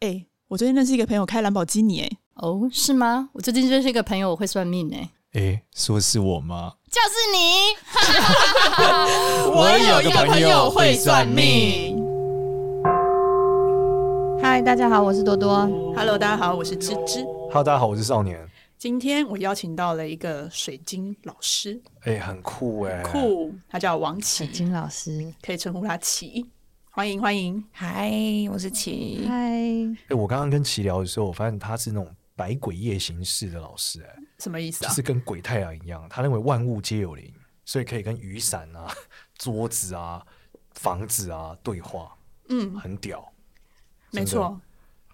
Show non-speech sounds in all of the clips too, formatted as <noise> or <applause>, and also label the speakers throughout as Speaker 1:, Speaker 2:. Speaker 1: 哎、我最近认识一个朋友开兰博基尼、哎，
Speaker 2: 哦，是吗？我最近认识一个朋友，我会算命哎、
Speaker 3: 诶，说是我吗？
Speaker 2: 就是你。
Speaker 3: 我有一个朋友会算命。
Speaker 4: 嗨，大家好，我是多多。
Speaker 1: Hello，大家好，我是芝芝。
Speaker 3: 哈，大家好，我是少年。
Speaker 1: 今天我邀请到了一个水晶老师，
Speaker 3: 诶，很酷诶，
Speaker 1: 酷，他叫王琦，
Speaker 4: 金老师，
Speaker 1: 可以称呼他琦。欢迎欢迎，
Speaker 5: 嗨，我是琪。
Speaker 4: 嗨，
Speaker 3: 诶，我刚刚跟齐聊的时候，我发现他是那种百鬼夜行式的老师、诶，
Speaker 1: 什么意思
Speaker 3: 就
Speaker 1: 啊？
Speaker 3: 是跟鬼太阳一样，他认为万物皆有灵，所以可以跟雨伞啊、桌子啊、房子啊对话，
Speaker 1: 嗯，
Speaker 3: 很屌。
Speaker 1: 没错，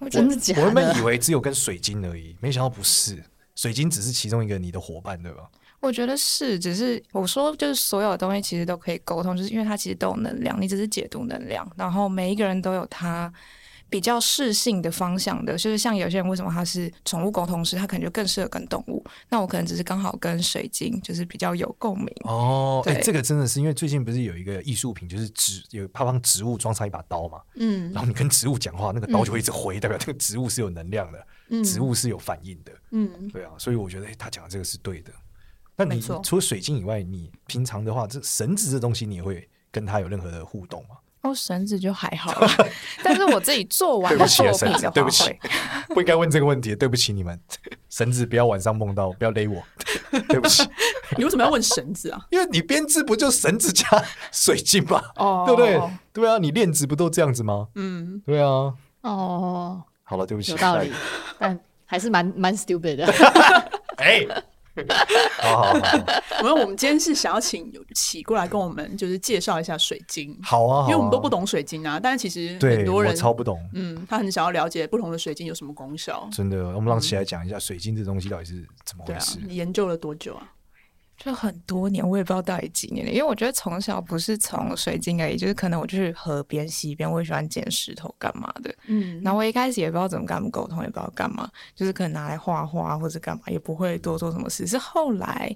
Speaker 5: 我觉
Speaker 3: 真
Speaker 5: 得
Speaker 3: 我原本以为只有跟水晶而已，没想到不是，水晶只是其中一个你的伙伴，对吧？
Speaker 5: 我觉得是，只是我说就是所有东西其实都可以沟通，就是因为它其实都有能量，你只是解读能量，然后每一个人都有他。比较适性的方向的，就是像有些人为什么他是宠物沟通师，他可能就更适合跟动物。那我可能只是刚好跟水晶就是比较有共鸣。
Speaker 3: 哦，哎、
Speaker 5: 对
Speaker 3: 这个真的是因为最近不是有一个艺术品，就是植有它帮植物装上一把刀嘛，
Speaker 1: 嗯
Speaker 3: 然后你跟植物讲话，那个刀就会一直挥，代表这个植物是有能量的，
Speaker 1: 嗯
Speaker 3: 植物是有反应的，
Speaker 1: 嗯，
Speaker 3: 对啊，所以我觉得、哎，他讲的这个是对的。那
Speaker 5: 没
Speaker 3: 你
Speaker 5: 错
Speaker 3: 除了水晶以外，你平常的话，这绳子这东西你也会跟它有任何的互动吗？
Speaker 5: 哦，绳子就还好
Speaker 3: <laughs>
Speaker 5: 啦，但是我自己做完
Speaker 3: 对
Speaker 5: 的
Speaker 3: 不起啊
Speaker 5: 作，品
Speaker 3: 绳
Speaker 5: 的
Speaker 3: 子
Speaker 5: 话，，
Speaker 3: 对不起， <laughs> 不应该问这个问题，对不起你们， <laughs> 绳子不要晚上梦到，不要勒我， <laughs> 对不起，
Speaker 1: 你为什么要问绳子啊？
Speaker 3: 因为你编织不就绳子加水晶吗？
Speaker 1: 哦
Speaker 3: 对不对？对啊，你链子不都这样子吗？
Speaker 1: 嗯，
Speaker 3: 对啊，
Speaker 4: 哦，
Speaker 3: 好了，对不起，
Speaker 4: 有道理， <laughs> 但还是蛮蛮
Speaker 2: <laughs>
Speaker 4: stupid 的。
Speaker 3: 哎，好好好啊好，
Speaker 1: 我们我们今天是想要请启过来跟我们就是介绍一下水晶，
Speaker 3: 好啊，好啊
Speaker 1: 因为我们都不，懂水晶啊，但是其实很
Speaker 3: 对，
Speaker 1: 多
Speaker 3: 我
Speaker 1: 人
Speaker 3: 超不懂，
Speaker 1: 嗯，他很想要了解不同的水晶有什么功效。
Speaker 3: 真的，我们让琪来讲一下水晶这东西到底是怎么
Speaker 1: 对
Speaker 3: 回
Speaker 1: 啊
Speaker 3: 事，。
Speaker 1: 你研究了多久啊？
Speaker 5: 就很多年，我也不知道到底几年了。因为我觉得从小不是从水晶而已，就是可能我去河边、溪边，我也喜欢捡石头干嘛的。
Speaker 1: 嗯
Speaker 5: 然后我一开始也不知道怎么跟他们沟通，也不知道干嘛，就是可能拿来画画或者干嘛，也不会多做什么事。是后来，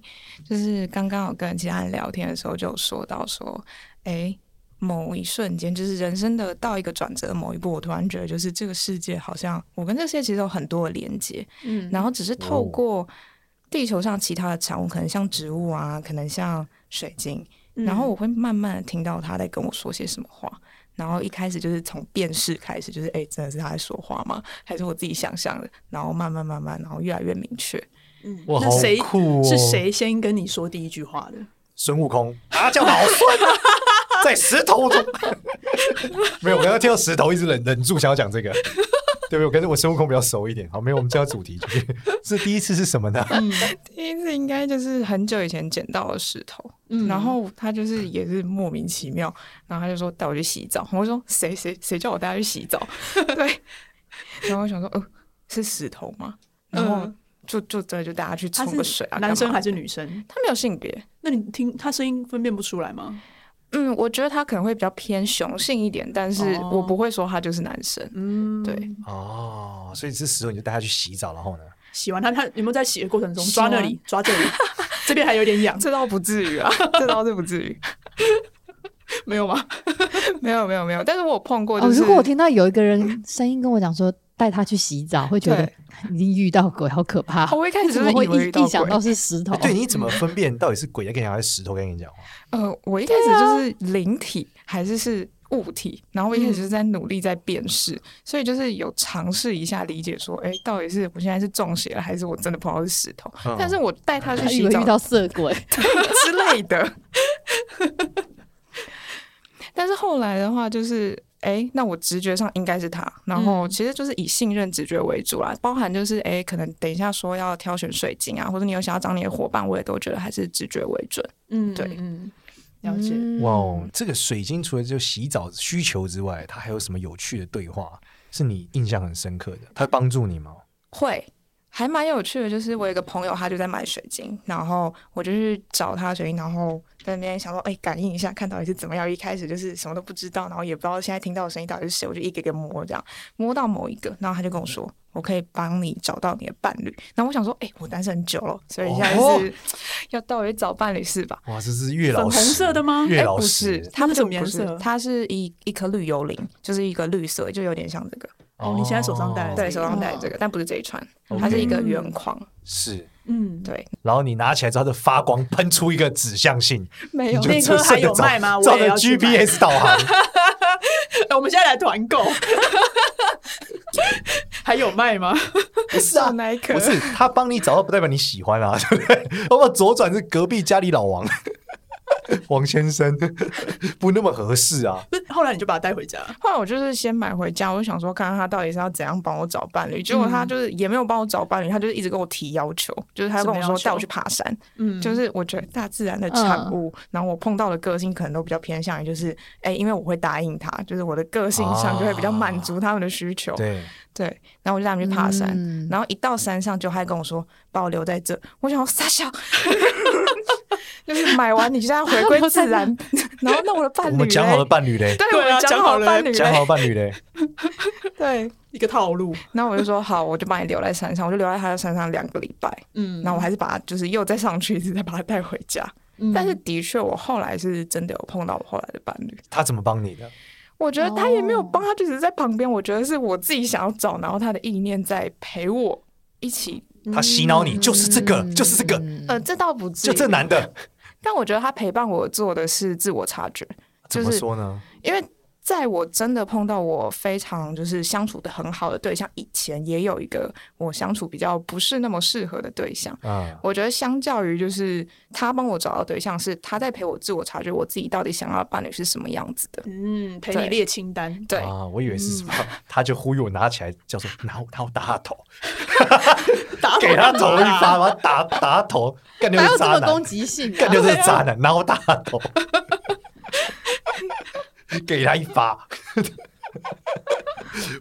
Speaker 5: 就是刚刚我跟其他人聊天的时候，就有说到说，哎，某一瞬间，就是人生的到一个转折某一步，我突然觉得，就是这个世界好像我跟这个世界其实有很多的连接，
Speaker 1: 嗯
Speaker 5: 然后只是透
Speaker 3: 哦
Speaker 5: 过地球上其他的产物，可能像植物啊，可能像水晶，然后我会慢慢的听到他在跟我说些什么话。然后一开始就是从辨识开始，就是哎、诶真的是他在说话吗？还是我自己想象的？然后慢慢慢慢，然后越来越明确。
Speaker 1: 嗯
Speaker 3: 哇
Speaker 1: 那
Speaker 3: 好
Speaker 1: 谁
Speaker 3: 酷哦
Speaker 1: 是谁先跟你说第一句话的？
Speaker 3: 孙悟空啊，叫老孙
Speaker 1: <laughs>
Speaker 3: 啊，在石头中，没有，我刚刚听到石头，一直忍忍住想要讲这个。对不对？我跟我孙悟空比较熟一点。好，没有，我们进到主题，就是这第一次是什么呢？
Speaker 5: 第一次应该就是很久以前捡到的石头，
Speaker 1: 嗯
Speaker 5: 然后他就是也是莫名其妙，然后他就说带我去洗澡，我就说谁谁谁叫我带他去洗澡？ <laughs> 对，然后我想说，哦、是石头吗？然后
Speaker 1: 嗯
Speaker 5: 就就真的就带他去
Speaker 1: 他
Speaker 5: 冲个水
Speaker 1: 是
Speaker 5: 啊，
Speaker 1: 男生还
Speaker 5: 是
Speaker 1: 是女生？
Speaker 5: 他没有性别，
Speaker 1: 那你听他声音分辨不出来吗？
Speaker 5: 嗯，我觉得他可能会比较偏雄性一点，但是
Speaker 1: 哦
Speaker 5: 我不会说他就是男生。
Speaker 1: 嗯，
Speaker 5: 对，
Speaker 3: 哦，所以是石头，你就带他去洗澡，然后呢？
Speaker 1: 洗完他他有没有在洗的过程中
Speaker 5: 洗
Speaker 1: 抓
Speaker 5: 完
Speaker 1: 那里抓这
Speaker 5: <laughs>
Speaker 1: 里，这边还有点痒，
Speaker 5: 这倒不至于啊，这倒是不至于，
Speaker 1: 没有吗？
Speaker 5: <laughs> 没有没有没有。但是我有碰过，
Speaker 4: 哦，
Speaker 5: 就是、
Speaker 4: 如果我听到有一个人声音跟我讲说带他去洗澡，会觉得
Speaker 5: 对
Speaker 4: 已经遇到鬼，好可怕。
Speaker 5: 哦，我一开始
Speaker 4: 怎
Speaker 5: 就
Speaker 4: 么
Speaker 5: 是
Speaker 4: 会
Speaker 5: 以为遇
Speaker 4: 一
Speaker 5: 到
Speaker 4: 一想
Speaker 5: 鬼
Speaker 4: 到是石 <laughs> 头？
Speaker 3: 对，你怎么分辨到底是鬼在跟你讲，还是石头在跟你讲话？
Speaker 5: 呃，我一开始就是灵体还是是物体，然后我一开始就是在努力在辨识，所以就是有尝试一下理解说，哎、到底是我现在是中邪了，还是我真的碰到是石头？
Speaker 3: 嗯
Speaker 5: 但是我带他去
Speaker 4: 他以
Speaker 5: 洗
Speaker 4: 为
Speaker 5: 澡
Speaker 4: 遇到色 <laughs> 鬼，
Speaker 5: <laughs> 之类的。 <laughs> 但是后来的话，就是哎、诶那我直觉上应该是他，然后
Speaker 1: 嗯
Speaker 5: 其实就是以信任直觉为主啦，包含就是哎、诶可能等一下说要挑选水晶啊，或者你有想要找你的伙伴，我也都觉得还是直觉为准。
Speaker 1: 嗯，
Speaker 5: 对嗯
Speaker 1: 嗯，了解。
Speaker 3: 哇哦，这个水晶除了就洗澡需求之外，它还有什么有趣的对话是你印象很深刻的？它会帮助你吗？
Speaker 5: 会。还蛮有趣的，就是我有一个朋友，他就在买水晶，然后我就去找他的水晶，然后在那边想说，哎、感应一下，看到底是怎么样。一开始就是什么都不知道，然后也不知道现在听到的声音到底是谁，我就一个一个摸，这样摸到某一个，然后他就跟我说，我可以帮你找到你的伴侣。然后我想说，哎、我单身很久了，所以现在
Speaker 3: 哦
Speaker 5: 是 <laughs> 要到底找伴侣是吧？
Speaker 3: 哇，这是月
Speaker 1: 粉
Speaker 3: 老
Speaker 1: 红
Speaker 3: 石
Speaker 1: 色的吗？
Speaker 3: 月
Speaker 5: 哎，
Speaker 3: 老
Speaker 5: 不
Speaker 3: 石
Speaker 5: 是，它
Speaker 1: 哦那是什
Speaker 5: 不是
Speaker 1: 么颜
Speaker 5: 不是
Speaker 1: 色
Speaker 5: 它是一一颗绿幽灵，就是一个绿色，就有点像这个。
Speaker 1: 哦你现在手上戴的
Speaker 5: 对，手上戴这个，但不是这一串，它是一个
Speaker 1: OK
Speaker 5: 圆框。
Speaker 3: 是，
Speaker 1: 嗯，
Speaker 5: 对，
Speaker 3: 然后你拿起来之后，它的发光喷出一个指向性，
Speaker 5: 没
Speaker 3: 你
Speaker 5: 有
Speaker 3: 就
Speaker 1: 那颗
Speaker 3: 顺
Speaker 1: 还有
Speaker 3: 着照
Speaker 1: 卖吗我
Speaker 3: 照
Speaker 1: 也
Speaker 3: 着
Speaker 1: 要去买
Speaker 3: GPS 导航，
Speaker 1: 哎 <laughs> 我们现在来团购， <laughs> 还有卖
Speaker 5: <laughs>
Speaker 1: 吗？
Speaker 3: <laughs> 不是啊，
Speaker 5: 那一
Speaker 3: <laughs>
Speaker 5: 颗
Speaker 3: 不是他帮你找到，不代表你喜欢啊， <laughs> 对不对？要不左转是隔壁家里老王， <laughs> 王先生， <laughs> 不那么合适啊。
Speaker 1: 不是，后来你就把它带回家。
Speaker 5: 后来我就是先买回家，我就想说看看他到底是要怎样帮我找伴侣。结果他就是也没有帮我找伴侣，他就是一直跟我提要求，就是他跟我
Speaker 1: 什么
Speaker 5: 说
Speaker 1: 要求
Speaker 5: 带我去爬山。
Speaker 1: 嗯，
Speaker 5: 就是我觉得大自然的产物，然后我碰到的个性可能都比较偏向于就是，哎、因为我会答应他，就是我的个性上就会比较满足他们的需求。
Speaker 3: 对，
Speaker 5: 对，然后我就带他们去爬山，
Speaker 4: 嗯
Speaker 5: 然后一到山上就还跟我说把我留在这，我想要傻笑。就是买完你就让它回归自然，然后那我的伴侣
Speaker 3: 我
Speaker 5: 嘞，
Speaker 3: 们讲好了伴侣嘞，
Speaker 5: <laughs> 对，
Speaker 1: 对啊
Speaker 5: 我们
Speaker 1: 讲
Speaker 5: 讲
Speaker 1: 好
Speaker 5: 好
Speaker 1: 了
Speaker 5: 了伴侣
Speaker 3: 讲 <laughs> 好
Speaker 5: 嘞，
Speaker 3: 了伴侣嘞，
Speaker 5: 对，
Speaker 1: 一个套路。
Speaker 5: 然后我就说好，我就把你留在山上，我就留在他的山上两个礼拜。
Speaker 1: 嗯，
Speaker 5: 然后我还是把他，就是又再上去一次，再把他带回家。
Speaker 1: 嗯
Speaker 5: 但是的确，我后来是真的有碰到我后来的伴侣。
Speaker 3: 他怎么帮你的？
Speaker 5: 我觉得他也没有帮，他就只是在旁边。我觉得是我自己想要找，然后他的意念在陪我一起。
Speaker 3: 他洗脑你就是这个，
Speaker 4: 嗯
Speaker 3: 就是这个，
Speaker 5: 呃，这倒不至于。
Speaker 3: 就这男的，
Speaker 5: 但我觉得他陪伴我做的是自我察觉，
Speaker 3: 怎
Speaker 5: 就是
Speaker 3: 么说呢？
Speaker 5: 因为在我真的碰到我非常就是相处的很好的对象以前，也有一个我相处比较不是那么适合的对象。
Speaker 3: 啊，
Speaker 5: 我觉得相较于就是他帮我找到对象，是他在陪我自我察觉我自己到底想要的伴侣是什么样子的。
Speaker 1: 嗯，陪你
Speaker 5: 对
Speaker 1: 列清单。
Speaker 5: 对，
Speaker 3: 啊，我以为是什么，他就忽悠我拿起来，叫做拿我拿我打他头，
Speaker 1: 打
Speaker 3: 给他头一发，把他打打他头，干掉
Speaker 4: 哪有
Speaker 3: 是
Speaker 4: 这
Speaker 3: 渣
Speaker 4: 么
Speaker 3: 男
Speaker 4: 攻，击性
Speaker 3: 干
Speaker 4: 啊？
Speaker 3: 掉是渣男，拿我打他头， <laughs> 给他一发， <laughs>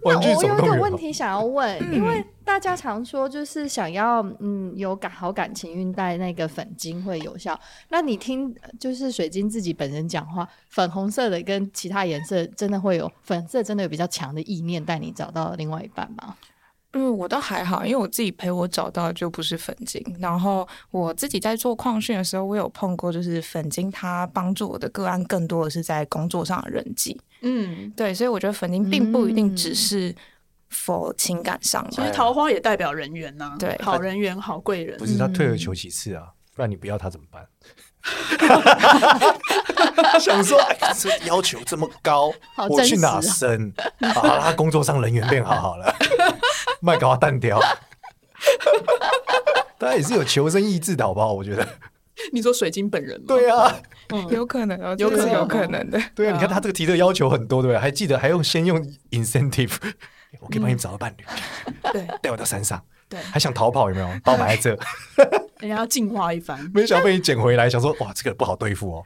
Speaker 3: 玩具
Speaker 4: 我
Speaker 3: 总
Speaker 4: 有一个
Speaker 3: 动员
Speaker 4: 问
Speaker 3: 吗，
Speaker 4: 题想要问，因为大家常说就是想要嗯有感好感情运带那个粉晶会有效。那你听就是水晶自己本人讲话，粉红色的跟其他颜色真的会有粉色真的有比较强的意念带你找到另外一半吗？
Speaker 5: 因为我倒还好，因为我自己陪我找到的就不是粉晶。然后我自己在做矿训的时候，我有碰过，就是粉晶它帮助我的个案更多的是在工作上的人际。
Speaker 1: 嗯，
Speaker 5: 对，所以我觉得粉晶并不一定只是否情感上
Speaker 1: 其
Speaker 5: 的。
Speaker 1: 实桃花也代表人缘呐，
Speaker 5: 对
Speaker 1: 好人缘，好贵人
Speaker 3: 不。是他退而求其次啊，不然你不要他怎么办？ <laughs> 想说，哎，这要求这么高，
Speaker 4: 好
Speaker 3: 我
Speaker 4: 真
Speaker 3: 去
Speaker 4: 实
Speaker 3: 哪
Speaker 4: 啊
Speaker 3: 生？好啦，他工作上人缘变好好了， <laughs> 卖给他单挑。当然也是有求生意志的，好不好？我觉得，
Speaker 1: 你说水晶本人吗？
Speaker 3: 对啊，
Speaker 5: 有可能哦，
Speaker 1: 有可
Speaker 5: 这是
Speaker 1: 能
Speaker 5: 有
Speaker 1: 哦
Speaker 5: 可能的。
Speaker 3: 对啊，你看他这个提的要求很多，对不对？还记得还用先用 incentive，我
Speaker 5: 嗯
Speaker 3: 可以帮你找到伴侣，
Speaker 5: 对，
Speaker 3: 带我到山上，
Speaker 1: 对
Speaker 3: 还想逃跑有没有？把我埋
Speaker 5: <laughs>
Speaker 3: 在这，
Speaker 1: 人家要净化一番。
Speaker 3: 没想到被你捡回来，想说哇，这个不好对付哦。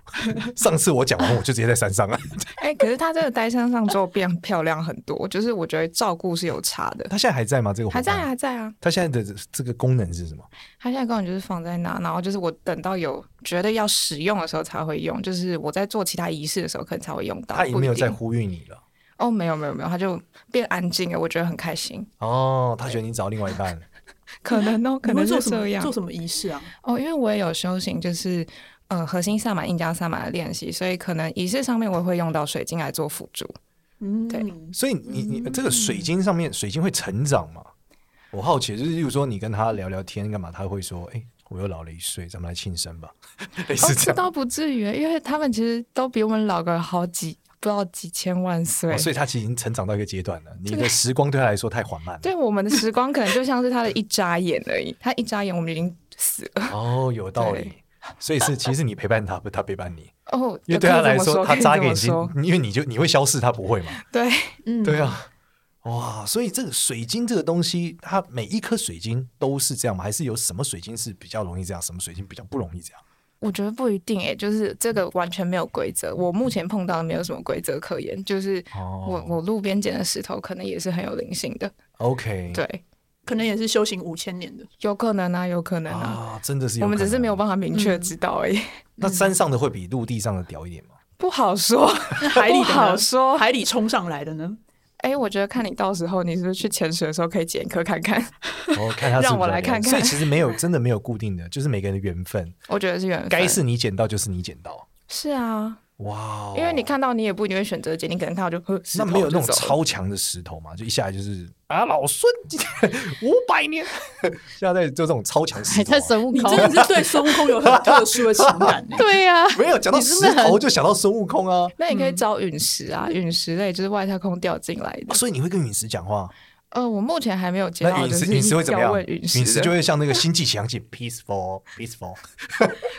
Speaker 3: 上次我讲完，我就直接在山
Speaker 5: <laughs>
Speaker 3: 上了。
Speaker 5: <laughs>
Speaker 3: 啊
Speaker 5: 哎、可是他这个待山上之后变漂亮很多，就是我觉得照顾是有差的。
Speaker 3: 他现在还在吗？这个伙
Speaker 5: 还
Speaker 3: 伴
Speaker 5: 在啊，还在啊，
Speaker 3: 他现在的这个功能是什么？
Speaker 5: 它现在根本就是放在那，然后就是我等到有觉得要使用的时候才会用，就是我在做其他仪式的时候可能才会用到。
Speaker 3: 他也没有
Speaker 5: 不一定
Speaker 3: 在呼吁你了。
Speaker 5: 哦，没有没有没有，它就变安静了，我觉得很开心。
Speaker 3: 哦，他觉得你找另外一半了，
Speaker 5: 可能哦，可
Speaker 1: 你会
Speaker 5: 能是
Speaker 1: 做什
Speaker 5: 这
Speaker 1: 么
Speaker 5: 样
Speaker 1: 做什么仪式啊？
Speaker 5: 哦，因为我也有修行，就是呃核心萨满、印加萨满的练习，所以可能仪式上面我也会用到水晶来做辅助。
Speaker 1: 嗯，
Speaker 5: 对
Speaker 3: 所以你你
Speaker 5: 嗯
Speaker 3: 这个水晶上面水晶会成长吗？我好奇，就是例如说你跟他聊聊天干嘛，他会说，哎、我又老了一岁，咱们来庆生吧，
Speaker 5: <laughs>
Speaker 3: 类
Speaker 5: 哦
Speaker 3: 似，这
Speaker 5: 这
Speaker 3: 样。
Speaker 5: 倒不至于，因为他们其实都比我们老个好几不知道几千万岁。
Speaker 3: 哦所以他其实已经成长到一个阶段了，你的时光对他来说太缓慢了。
Speaker 5: 对我们的时光可能就像是他的一眨眼而已，他一眨眼我们就已经死了。
Speaker 3: 哦，有道理
Speaker 5: 对。
Speaker 3: 所以是，其实你陪伴他，不是他陪伴 <laughs> 你，
Speaker 5: 哦，
Speaker 3: 因为
Speaker 5: 可
Speaker 3: 对
Speaker 5: 以
Speaker 3: 他
Speaker 5: 这
Speaker 3: 来
Speaker 5: 么说，
Speaker 3: 他
Speaker 5: 可以
Speaker 3: 眨
Speaker 5: 这
Speaker 3: 个眼
Speaker 5: 么
Speaker 3: 睛
Speaker 5: 说，
Speaker 3: 因为你就你会消失，他不会嘛。
Speaker 5: 对，
Speaker 1: 嗯
Speaker 3: 对啊，哇！所以这个水晶这个东西，它每一颗水晶都是这样吗？还是有什么水晶是比较容易这样，什么水晶比较不容易这样？
Speaker 5: 我觉得不一定诶、就是这个完全没有规则，我目前碰到的没有什么规则可言，就是
Speaker 3: 哦
Speaker 5: 我我路边捡的石头可能也是很有灵性的，
Speaker 3: ，OK，
Speaker 5: 对，
Speaker 1: 可能也是修行五千年 <laughs> 的。
Speaker 5: 有可能啊，有可能啊，
Speaker 3: 啊，真的是有
Speaker 5: 我们只是没有
Speaker 3: 可能。嗯
Speaker 5: 办法明确知道而已，
Speaker 3: 那山上的会比陆地上的屌一点吗？
Speaker 5: 不好说， <laughs>
Speaker 1: 那海里的呢
Speaker 5: 不好说
Speaker 1: 海里冲上来的呢？
Speaker 5: 哎、我觉得看你到时候你是不是去潜水的时候可以捡一颗看 <laughs> 看，
Speaker 3: <laughs> 哦，看它是不是
Speaker 5: 让我
Speaker 3: 比较
Speaker 5: 来
Speaker 3: 屌
Speaker 5: 看看
Speaker 3: 所以其实没有，真的没有固定的，就是每个人的缘分，
Speaker 5: 我觉得是缘分，
Speaker 3: 该是你捡到就是你捡到。
Speaker 5: 是啊，
Speaker 3: 哇哦！
Speaker 5: 因为你看到你也不一定会选择解，你可能看到就呵，石
Speaker 3: 那
Speaker 5: 头
Speaker 3: 没有
Speaker 5: 就
Speaker 3: 那种
Speaker 5: 走了
Speaker 3: 超强的石头嘛，就一下来就是啊，老孙 <laughs> 五百年， <laughs> 现在就这种超强石
Speaker 2: 还
Speaker 3: 头啊、
Speaker 2: 在孙悟
Speaker 1: 你
Speaker 2: 空
Speaker 1: 真，的是对孙悟空有很特殊的情感呢、
Speaker 4: <laughs> 对呀、
Speaker 3: 没有讲到
Speaker 4: 你真
Speaker 3: 石
Speaker 4: 的
Speaker 3: 头
Speaker 4: 很
Speaker 3: 就想到孙悟空啊，
Speaker 5: 那你可以找陨石
Speaker 3: 嗯
Speaker 5: 啊，陨石类就是外太空掉进来
Speaker 3: 啊
Speaker 5: 的。
Speaker 3: 所以你会跟陨石讲话，
Speaker 5: 呃，我目前还没有接
Speaker 3: 那
Speaker 5: 到，
Speaker 3: 陨
Speaker 5: 就
Speaker 3: 石
Speaker 5: 是
Speaker 3: 陨石会怎么
Speaker 5: 要
Speaker 3: 样？
Speaker 5: 问
Speaker 3: 陨
Speaker 5: 陨石的，
Speaker 3: 石就会像那个星际奇航记 peaceful peaceful，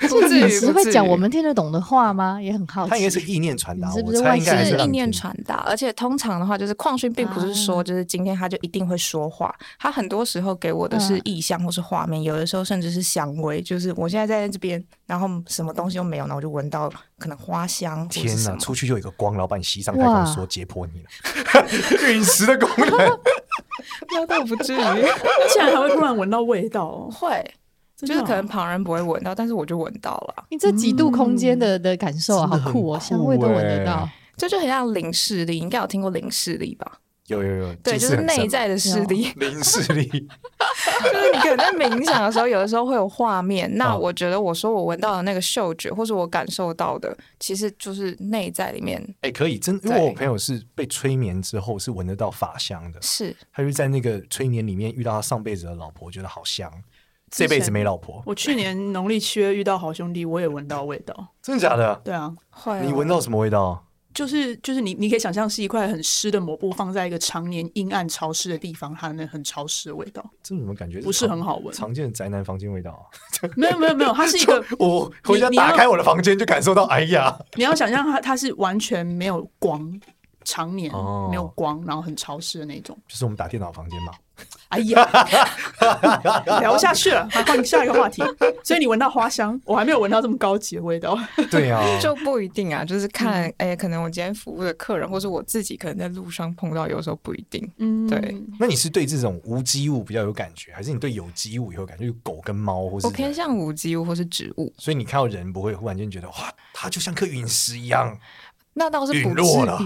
Speaker 5: 不至于
Speaker 4: 陨石
Speaker 5: 不
Speaker 4: 会
Speaker 5: 至于
Speaker 4: 讲我们听得懂的话吗？也很好奇。
Speaker 3: 它应该是意念传达，
Speaker 4: 你是不
Speaker 3: 我
Speaker 4: 是
Speaker 3: 猜应该还
Speaker 4: 外
Speaker 3: 是
Speaker 4: 星
Speaker 5: 是
Speaker 3: 让
Speaker 5: 意
Speaker 3: 你
Speaker 5: 念
Speaker 3: 听
Speaker 5: 传达，而且通常的话，就是矿训并不是说就是今天他就一定会说话，他很多时候给我的是
Speaker 4: 嗯
Speaker 5: 意象或是画面，有的时候甚至是香味，就是我现在在这边，然后什么东西都没有，然后我就闻到可能花香或是
Speaker 3: 天
Speaker 5: 什
Speaker 3: 哪，<laughs>
Speaker 5: 么。
Speaker 3: 出去就有一个光，老板你吸上太空
Speaker 4: 哇
Speaker 3: 说解剖你了， <laughs> 陨石的功
Speaker 5: <laughs>
Speaker 3: 能。
Speaker 5: 那倒不至于，
Speaker 1: <laughs> 竟然还会突然闻到味道哦，
Speaker 5: 会
Speaker 1: 真
Speaker 5: 就
Speaker 1: 的
Speaker 5: 是
Speaker 1: 哦
Speaker 5: 可能旁人不会闻到，但是我就闻到了，
Speaker 4: 你这几度空间的的感受啊，
Speaker 3: 嗯真的
Speaker 4: 好
Speaker 3: 很
Speaker 4: 酷哦，
Speaker 3: 酷
Speaker 4: 香味都闻
Speaker 3: 欸
Speaker 4: 得到。
Speaker 5: 这就很像零视力，你应该有听过零视力吧？
Speaker 3: 有有有，
Speaker 5: 对，
Speaker 3: 近
Speaker 5: 就
Speaker 3: 视
Speaker 5: 是
Speaker 3: 很
Speaker 5: 内
Speaker 3: 深
Speaker 5: 在的视力。
Speaker 3: 零视力，
Speaker 5: 就是你 <laughs> 可能在冥想的时候，有的时候会有画面。那
Speaker 3: 嗯
Speaker 5: 我觉得，我说我闻到的那个嗅觉，或是我感受到的，其实就是内在里面
Speaker 3: 哎、可以真，因为我
Speaker 5: 对
Speaker 3: 朋友是被催眠之后是闻得到法香的，
Speaker 5: 是
Speaker 3: 他就在那个催眠里面遇到他上辈子的老婆，觉得好香，这辈子没老婆，
Speaker 1: 我去年农历七月遇到好兄弟，我也闻到味道。
Speaker 3: 真的假的？
Speaker 1: 对啊，
Speaker 5: 会哦
Speaker 3: 你闻到什么味道？啊
Speaker 1: 就是就是你你可以想象是一块很湿的抹布放在一个常年阴暗潮湿的地方，它那很潮湿的味道，
Speaker 3: 这怎么感觉
Speaker 1: 不是
Speaker 3: 常
Speaker 1: 很好闻
Speaker 3: 常见的宅男房间味道啊！
Speaker 1: 没有没有没有，它是一个
Speaker 3: <laughs> 我回家
Speaker 1: 你要
Speaker 3: 打开我的房间就感受到，哎呀，
Speaker 1: 你要想象它它是完全没有光，常年
Speaker 3: 哦
Speaker 1: 没有光，然后很潮湿的那种。
Speaker 3: 就是我们打电脑房间嘛。 <laughs>
Speaker 1: 哎
Speaker 5: <laughs>
Speaker 1: 呀，聊不下去了，还换下一个话
Speaker 5: <laughs>
Speaker 1: 题。所以你闻到花香，我还没有闻到这么高级的味道。
Speaker 3: 对啊，
Speaker 5: 就不一定啊，就是看哎、可能我今天服务的客人，或是我自己，可能在路上碰到，有时候不一定。
Speaker 1: 嗯，
Speaker 5: 对
Speaker 3: 那你是对这种无机物比较有感觉，还是你对有机物有感觉？就是狗跟猫，或是
Speaker 5: 我偏向无机物或是植物，
Speaker 3: 所以你看到人不会忽然间觉得哇，它就像颗陨石一样
Speaker 5: 那倒是
Speaker 3: 陨
Speaker 5: 不至
Speaker 3: 落
Speaker 5: 于
Speaker 3: 了。。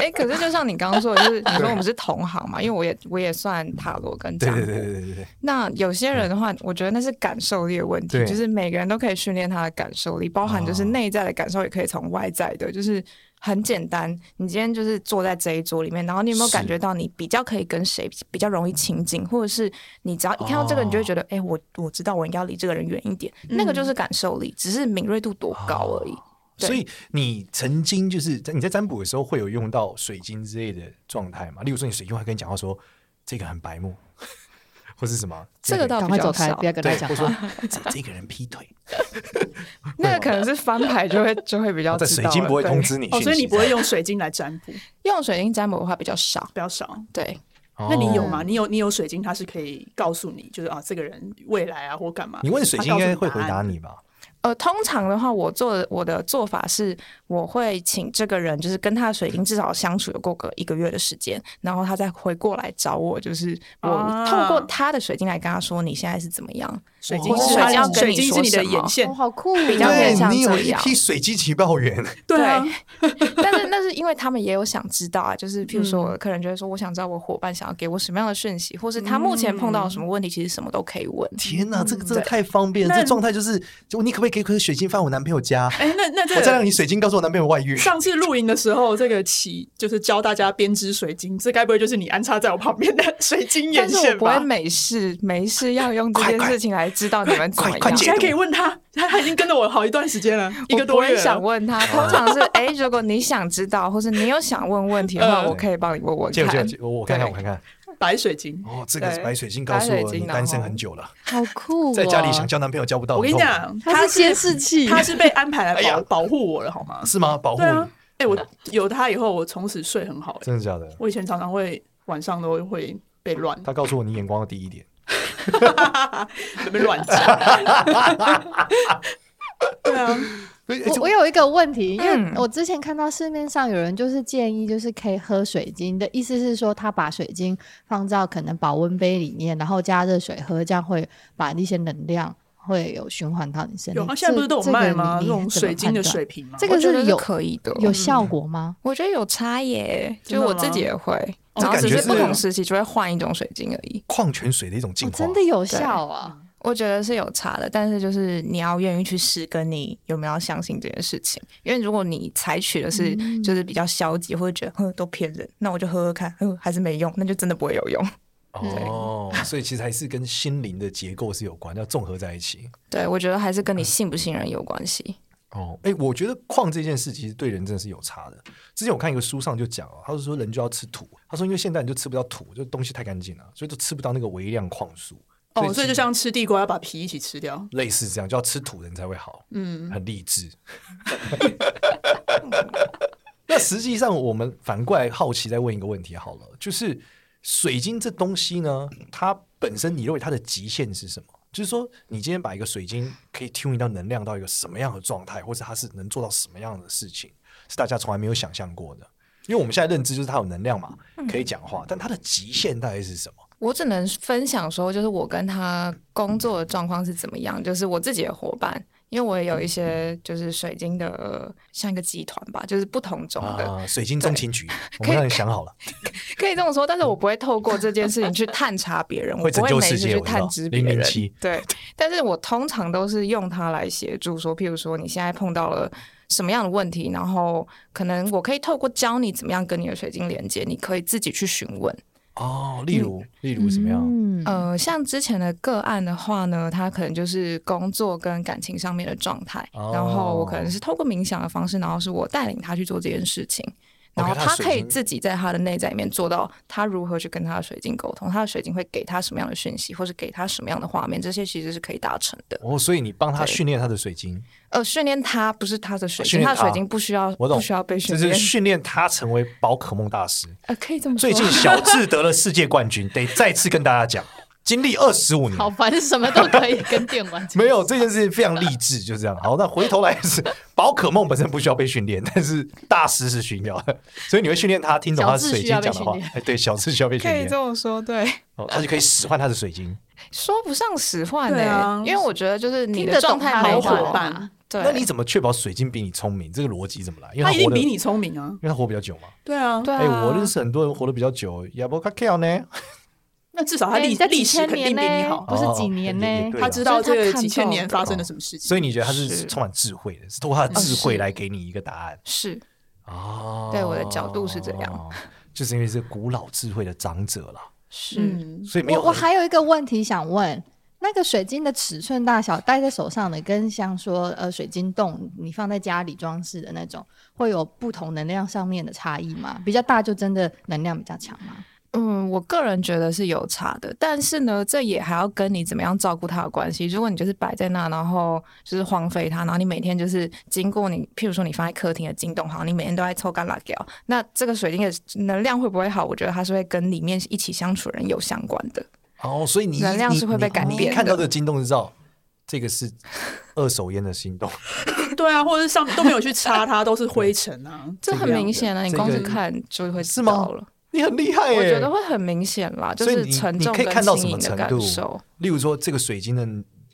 Speaker 5: 哎、可是就像你刚刚说的，就是你说我们是同行嘛，因为我也我也算塔罗跟
Speaker 3: 对
Speaker 5: 占卜。
Speaker 3: 对对对对对，
Speaker 5: 那有些人的话，我觉得那是感受力的问题
Speaker 3: 对，啊
Speaker 5: 就是每个人都可以训练他的感受力，包含就是内在的感受，也可以从外在的，就是很简单。你今天就是坐在这一桌里面，然后你有没有
Speaker 3: 是
Speaker 5: 感觉到你比较可以跟谁比较容易亲近，或者是你只要一看到这个，
Speaker 3: 哦
Speaker 5: 你就会觉得，哎、我我知道我应该要离这个人远一点，
Speaker 1: 嗯
Speaker 5: 那个就是感受力，只是敏锐度多高而已。对
Speaker 3: 所以你曾经就是在你在占卜的时候会有用到水晶之类的状态吗？例如说你水晶会跟你讲话说这个很白目， <laughs> 或是什么
Speaker 5: 这个
Speaker 3: 到
Speaker 5: 倒
Speaker 4: 赶快
Speaker 5: 比较
Speaker 4: 走开，
Speaker 5: 少
Speaker 4: 不，要跟他
Speaker 3: 对，
Speaker 4: 讲
Speaker 3: 或说
Speaker 4: 话。
Speaker 3: 这这个人劈腿，
Speaker 5: <laughs> 那个可能是翻牌就会就会比较
Speaker 3: <laughs> 在
Speaker 5: 知
Speaker 3: 水
Speaker 5: 道
Speaker 3: 晶
Speaker 5: 了
Speaker 3: 不会
Speaker 5: 对
Speaker 3: 通知你讯息，
Speaker 1: 哦，所以你不会用水晶来占卜，
Speaker 5: 用水晶占卜的话比较少，
Speaker 1: 比较少。
Speaker 5: 对。
Speaker 3: 哦
Speaker 1: 那你有吗？？你有你有水晶，它是可以告诉你，就是啊，这个人未来啊或干嘛。
Speaker 3: 哦你问水晶应该会回
Speaker 1: 它告诉你答
Speaker 3: 答
Speaker 1: 案。
Speaker 3: 你吧？
Speaker 5: 呃，通常的话，我做的我的做法是，我会请这个人，就是跟他的水晶至少相处有过个一个月的时间，然后他再回过来找我，就是我
Speaker 1: 啊
Speaker 5: 透过他的水晶来跟他说你现在是怎么样。
Speaker 1: 水晶
Speaker 3: 哦
Speaker 1: 是
Speaker 3: 水
Speaker 1: 它
Speaker 3: 晶要
Speaker 1: 连
Speaker 5: 跟
Speaker 1: 水
Speaker 5: 你
Speaker 1: 晶
Speaker 5: 说
Speaker 1: 是你的
Speaker 5: 什么
Speaker 1: 眼线
Speaker 4: 哦，，好酷！
Speaker 5: 比较偏向
Speaker 3: 你有
Speaker 5: 这
Speaker 3: 一
Speaker 5: 样
Speaker 3: 批水晶情报员，
Speaker 1: 对啊，
Speaker 5: 但是那是因为他们也有想知道啊，就是譬如说，
Speaker 1: 嗯
Speaker 5: 我的客人就会说，我想知道我伙伴想要给我什么样的讯息，或是他目前碰到什么
Speaker 1: 嗯
Speaker 5: 问题，其实什么都可以问。
Speaker 3: 天哪，这个真的
Speaker 5: 对
Speaker 3: 太方便了！
Speaker 1: 那
Speaker 3: 这状态就是，就你可不可以给一颗水晶放我男朋友家？
Speaker 1: 哎，那那
Speaker 3: 我
Speaker 1: 这
Speaker 3: 再
Speaker 1: 个
Speaker 3: 让你水晶告诉我男朋友外
Speaker 1: <laughs>
Speaker 3: 遇。
Speaker 1: 上次露营的时候，这个起就是教大家编织水晶，这该不会就是你安插在我旁边的水晶眼
Speaker 5: 但是我
Speaker 1: 线
Speaker 5: 不会
Speaker 1: 吧？
Speaker 5: 没事没事要用这件
Speaker 3: 快快
Speaker 5: 事情来知道你们怎么
Speaker 3: 快
Speaker 5: 样。
Speaker 3: 快
Speaker 1: 你
Speaker 3: 解
Speaker 1: 现在可以
Speaker 3: 读
Speaker 1: 问他， <laughs> 他他已经跟着我好一段时
Speaker 4: <laughs>
Speaker 1: 间了， <laughs> 一
Speaker 5: 我
Speaker 1: 个
Speaker 5: 不
Speaker 1: 多
Speaker 5: 会
Speaker 1: 月了。
Speaker 5: 想问他，通常是 <laughs> 哎、如果你想知道，或是你有想问问题的话，
Speaker 1: 嗯
Speaker 5: 我可以帮你问问
Speaker 3: 借我借我
Speaker 5: 看。
Speaker 3: 借我，我看看我看看。
Speaker 1: 白水晶。
Speaker 3: 哦，这个
Speaker 5: 对
Speaker 3: 白水晶告诉
Speaker 5: 白
Speaker 3: 我
Speaker 5: 水晶
Speaker 3: 你
Speaker 5: 然后
Speaker 3: 单身很久了，
Speaker 4: 好酷、哦！
Speaker 3: 在家里想，交男朋友交不到。
Speaker 1: 我跟你
Speaker 3: 很痛苦，
Speaker 1: 讲，
Speaker 4: 他
Speaker 1: 他
Speaker 4: 是监视器，
Speaker 1: 他是被安排来保、
Speaker 3: 哎呀
Speaker 1: 保护我了，好吗？
Speaker 3: 是吗？保护
Speaker 1: 对啊
Speaker 3: 你，，
Speaker 1: 哎、我有他以后，我从此睡很好、欸。
Speaker 3: 真的假的？
Speaker 1: 我以前常常会晚上都会被乱 <laughs>
Speaker 3: 他告诉我你眼光的第一点，
Speaker 1: 被乱讲。 <laughs> 对啊，
Speaker 3: 对
Speaker 4: <laughs> 我我有一个问题，因为
Speaker 5: 嗯
Speaker 4: 我之前看到市面上有人就是建议，就是可以喝水晶的意思是说，他把水晶放到可能保温杯里面，然后加热水喝，这样会把一些能量会有循环到你身体。
Speaker 1: 有啊，现在不是都有
Speaker 4: 这这个
Speaker 1: 卖吗？那
Speaker 4: 你
Speaker 1: 种水晶的，
Speaker 4: 你怎么
Speaker 1: 水
Speaker 4: 判断
Speaker 1: 瓶吗？
Speaker 4: 这个
Speaker 5: 我觉得
Speaker 4: 是有
Speaker 5: 可以的，
Speaker 4: 有效果吗？
Speaker 5: 我觉得有差耶，
Speaker 1: 真
Speaker 5: 就
Speaker 1: 的
Speaker 5: 我
Speaker 1: 吗
Speaker 5: 自己也会，
Speaker 1: 哦
Speaker 5: 然后
Speaker 3: 这感
Speaker 5: 只
Speaker 3: 觉
Speaker 5: 是不
Speaker 3: 是
Speaker 5: 同时期就会换一种水晶而已。
Speaker 1: 嗯
Speaker 3: 矿泉水的一种进
Speaker 4: 哦，
Speaker 3: 化
Speaker 4: 真，的有效啊！
Speaker 5: 我我觉得是有差的，但是就是你要愿意去试，跟你有没有要相信这件事情。因为如果你采取的是就是比较消极，或者觉得哼都骗人，那我就喝喝看， <laughs> 哼还是没用，那就真的不会有用。
Speaker 3: 哦，所以其实还是跟心灵的结构是有关，要综合在一起。
Speaker 5: 对，我觉得还是跟你信不信任有关系。
Speaker 3: 哦，哎，我觉得矿这件事其实对人真的是有差的。之前我看一个书上就讲哦，他是说人就要吃土，他说因为现在你就吃不到土，就东西太干净了，所以都吃不到那个微量矿素。
Speaker 1: 哦，所以就像吃地瓜要把皮一起吃掉。
Speaker 3: 类似这样，就要吃土人才会好，嗯，很励志。那实际上，我们反过来好奇再问一个问题好了，就是水晶这东西呢，它本身你认为它的极限是什么？就是说，你今天把一个水晶可以 tune 到能量到一个什么样的状态，或者它是能做到什么样的事情，是大家从来没有想象过的。因为我们现在认知就是它有能量嘛，可以讲话，但它的极限大概是什么？
Speaker 5: 我只能分享说，就是我跟他工作的状况是怎么样，就是我自己的伙伴，因为我也有一些就是水晶的，像一个集团吧，就是不同种的，
Speaker 3: 啊，水晶中情局，我
Speaker 5: 可
Speaker 3: 们
Speaker 5: 以
Speaker 3: 让你想好了，
Speaker 5: 可以这么说。但是我不会透过这件事情去探查别
Speaker 3: <laughs>
Speaker 5: 人，
Speaker 3: 会
Speaker 5: 我
Speaker 3: 拯
Speaker 5: 不会
Speaker 3: 救
Speaker 5: 每
Speaker 3: 世
Speaker 5: 次
Speaker 3: 界
Speaker 5: 去
Speaker 3: 我知道
Speaker 5: 探知别人
Speaker 3: 007。
Speaker 5: 对，但是我通常都是用它来协助说，譬如说你现在碰到了。什么样的问题？然后可能我可以透过教你怎么样跟你的水晶连接，你可以自己去询问。
Speaker 3: 哦，例如，例如什么
Speaker 4: 啊
Speaker 3: 样？
Speaker 1: 嗯
Speaker 4: <laughs>
Speaker 3: 嗯
Speaker 5: 呃，像之前的个案的话呢，他可能就是工作跟感情上面的状态，
Speaker 3: 哦
Speaker 5: 然后我可能是透过冥想的方式，然后是我带领他去做这件事情，然后
Speaker 3: OK，他
Speaker 5: 他
Speaker 3: 水
Speaker 5: 可以
Speaker 3: 晶
Speaker 5: 自己在他的内在里面做到他如何去跟他的水晶沟通，他的水晶会给他什么样的讯息，或是给他什么样的画面，这些其实是可以达成的。
Speaker 3: 哦，所以你帮他
Speaker 5: 对
Speaker 3: 训练他的水晶，
Speaker 5: 呃，训练他不是他的水
Speaker 3: 训
Speaker 5: 晶，
Speaker 3: 练
Speaker 5: 他的水
Speaker 3: 他
Speaker 5: 晶不需要
Speaker 3: 我懂，
Speaker 5: 不需要被
Speaker 3: 就
Speaker 5: 训
Speaker 3: 是
Speaker 5: 练，
Speaker 3: 训练他成为宝可梦大师。
Speaker 5: 呃，可以这么说。
Speaker 3: 最近小智得了世界冠军，得再次跟大家讲，经历二十五年，
Speaker 2: 好烦，什么都可以跟电玩
Speaker 1: <laughs>
Speaker 3: 没有这件事情非常励志，就这样。好，那回头来是宝可梦本身不需要被训练，但是大师是需要的，所以你会训练他听懂他的水晶讲
Speaker 2: 小
Speaker 3: 的
Speaker 2: 智需要被
Speaker 3: 话
Speaker 2: 训练。
Speaker 3: 哎，对，小智需要被训
Speaker 5: 可以
Speaker 3: 练
Speaker 5: 这，么说，对，
Speaker 3: 哦，他就可以使唤他的水晶。
Speaker 5: 说不上使唤
Speaker 1: 对
Speaker 5: 呢、
Speaker 1: 啊
Speaker 5: 因为我觉得就是你
Speaker 2: 听
Speaker 5: 的
Speaker 2: 得
Speaker 5: 状
Speaker 2: 懂
Speaker 5: 态
Speaker 2: 他
Speaker 5: 没
Speaker 2: 的
Speaker 1: 好
Speaker 5: 好
Speaker 1: 伙
Speaker 2: 话
Speaker 5: 啊，
Speaker 1: 伴，
Speaker 5: 对，
Speaker 3: 那你怎么确保水晶比你聪明？这个逻辑怎么来？因为
Speaker 1: 他一定
Speaker 3: 活得，
Speaker 1: 比
Speaker 3: 因
Speaker 1: 你聪明啊。
Speaker 3: 为他活比较久嘛。
Speaker 1: 对啊，
Speaker 5: 对啊，
Speaker 3: 哎，我认识很多人活得比较久，亚伯卡 K 呢？
Speaker 5: <laughs>
Speaker 1: 那至少他历
Speaker 2: 哎在
Speaker 1: 历
Speaker 2: 几
Speaker 1: 史
Speaker 2: 千
Speaker 1: 肯定
Speaker 2: 年
Speaker 1: 比你好
Speaker 2: 呢，不是
Speaker 3: 哦
Speaker 2: 几年
Speaker 3: 也也
Speaker 2: 呢
Speaker 3: 对，
Speaker 1: 他
Speaker 3: 啦
Speaker 1: 知道这
Speaker 5: 就是
Speaker 1: 个
Speaker 5: 他看
Speaker 1: 几千
Speaker 5: 到
Speaker 1: 年
Speaker 5: 的
Speaker 1: 发生了什么事情。
Speaker 3: 所以你觉得他是
Speaker 5: 是哦
Speaker 3: 充满智慧的，是通过他的智慧
Speaker 5: 是
Speaker 3: 来给你一个答案
Speaker 5: 是
Speaker 3: 哦
Speaker 5: 对我的角度是这样，
Speaker 3: 就是因为是古老智慧的长者啦，
Speaker 5: 是、
Speaker 4: 嗯，
Speaker 3: 所以没有
Speaker 4: 我我
Speaker 3: 很
Speaker 4: 还有一个问题想问，那个水晶的尺寸大小，戴在手上的跟像说呃水晶洞，你放在家里装饰的那种，会有不同能量上面的差异吗？比较大就真的能量比较强吗？
Speaker 5: 嗯，我个人觉得是有差的，但是呢，这也还要跟你怎么样照顾它有关系。如果你就是摆在那，然后就是荒废它，然后你每天就是经过你，譬如说你放在客厅的金洞好，你每天都在抽干辣椒，那这个水晶的能量会不会好？我觉得它是会跟里面一起相处的人有相关的。
Speaker 3: 哦，所以你
Speaker 5: 能量
Speaker 3: 你
Speaker 5: 是会被
Speaker 3: 你
Speaker 5: 改
Speaker 3: 你
Speaker 5: 变
Speaker 3: 看
Speaker 5: 的
Speaker 3: 到的金动知道，这个是二手烟的心动， <laughs>
Speaker 1: 对啊，或者是上都没有去擦它，都是灰尘啊。
Speaker 5: 这很明显啊，你
Speaker 3: 这
Speaker 5: 光是
Speaker 3: 个
Speaker 5: 看就会
Speaker 3: 是
Speaker 5: 知
Speaker 3: 吗
Speaker 5: 道了。
Speaker 3: 你很厉害耶！
Speaker 5: 我觉得会很明显啦，就
Speaker 3: 所以
Speaker 5: 是
Speaker 3: 你
Speaker 5: 沉
Speaker 3: 你
Speaker 5: 重
Speaker 3: 可以
Speaker 5: 跟
Speaker 3: 看到什么
Speaker 5: 轻盈的
Speaker 3: 程
Speaker 5: 感
Speaker 3: 度
Speaker 5: 受，？
Speaker 3: 例如说，这个水晶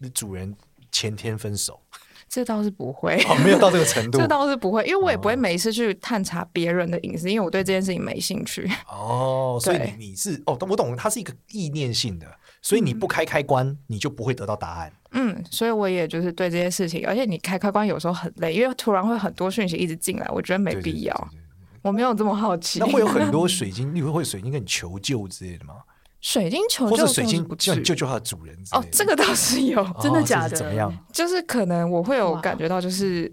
Speaker 3: 的主人前天分手，
Speaker 5: 这倒是不会。
Speaker 3: 哦，没有到这个
Speaker 5: <laughs>
Speaker 3: 程度
Speaker 5: 这倒是不会，因为我也
Speaker 3: 哦
Speaker 5: 不会每一次去探查别人的隐私，因为我对这件事情没兴趣。
Speaker 3: 哦，所以
Speaker 5: 对
Speaker 3: 你你是哦，我懂，它是一个意念性的，所以你不开开关，你就不会得到答案。
Speaker 5: 嗯，所以我也就是对这些事情，而且你开开关有时候很累，因为突然会很多讯息一直进来，我觉得没
Speaker 3: 对对对
Speaker 5: 必要，
Speaker 3: 对对对
Speaker 5: 我没有这么好奇
Speaker 3: 那。会有很多水晶，例如会有水晶跟你求救之类的吗？
Speaker 5: 水晶球
Speaker 3: 或
Speaker 5: 就是
Speaker 3: 水晶
Speaker 5: 不
Speaker 3: 叫
Speaker 5: 至
Speaker 3: 你
Speaker 5: 于
Speaker 3: 救救它的主人之类
Speaker 5: 哦
Speaker 3: 的？，
Speaker 5: 这个倒是有，
Speaker 3: 哦
Speaker 1: 真的
Speaker 3: 这是
Speaker 1: 假的
Speaker 3: 怎么样？
Speaker 5: <laughs> 就是可能我会有
Speaker 2: 哇
Speaker 5: 感觉到，就是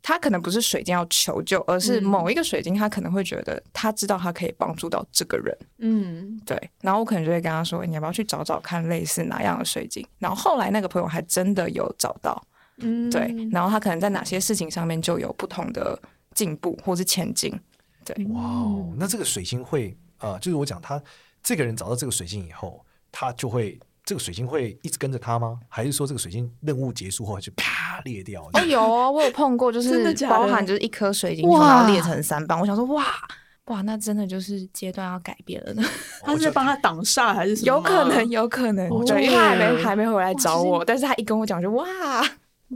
Speaker 5: 他可能不是水晶要求救，而是
Speaker 1: 嗯
Speaker 5: 某一个水晶，他可能会觉得他知道他可以帮助到这个人。
Speaker 1: 嗯，
Speaker 5: 对，然后我可能就会跟他说，你要不要去找找看类似哪样的水晶？然后后来那个朋友还真的有找到，
Speaker 1: 嗯
Speaker 5: 对，然后他可能在哪些事情上面就有不同的进步或是前进，对，
Speaker 3: 哇
Speaker 5: 嗯
Speaker 3: 哦，那这个水晶会呃，就是我讲他这个人找到这个水晶以后，他就会这个水晶会一直跟着他吗？还是说这个水晶任务结束后就啪裂掉？
Speaker 5: 哦，有哦，我有碰过，就
Speaker 1: 真的
Speaker 5: 是
Speaker 1: 假的
Speaker 5: 包含就是一颗水晶球，
Speaker 4: 哇
Speaker 5: 然后裂成三半，我想说哇。哇，那真的就是阶段要改变 <laughs> 了呢，
Speaker 1: 他是在帮他挡煞还是什么？啊
Speaker 5: 有可能，。有可能，
Speaker 3: 哦
Speaker 5: 对，因为他还没还没回
Speaker 4: 哇
Speaker 5: 来找
Speaker 4: 这是
Speaker 5: 我，但是他一跟我讲，我就哇，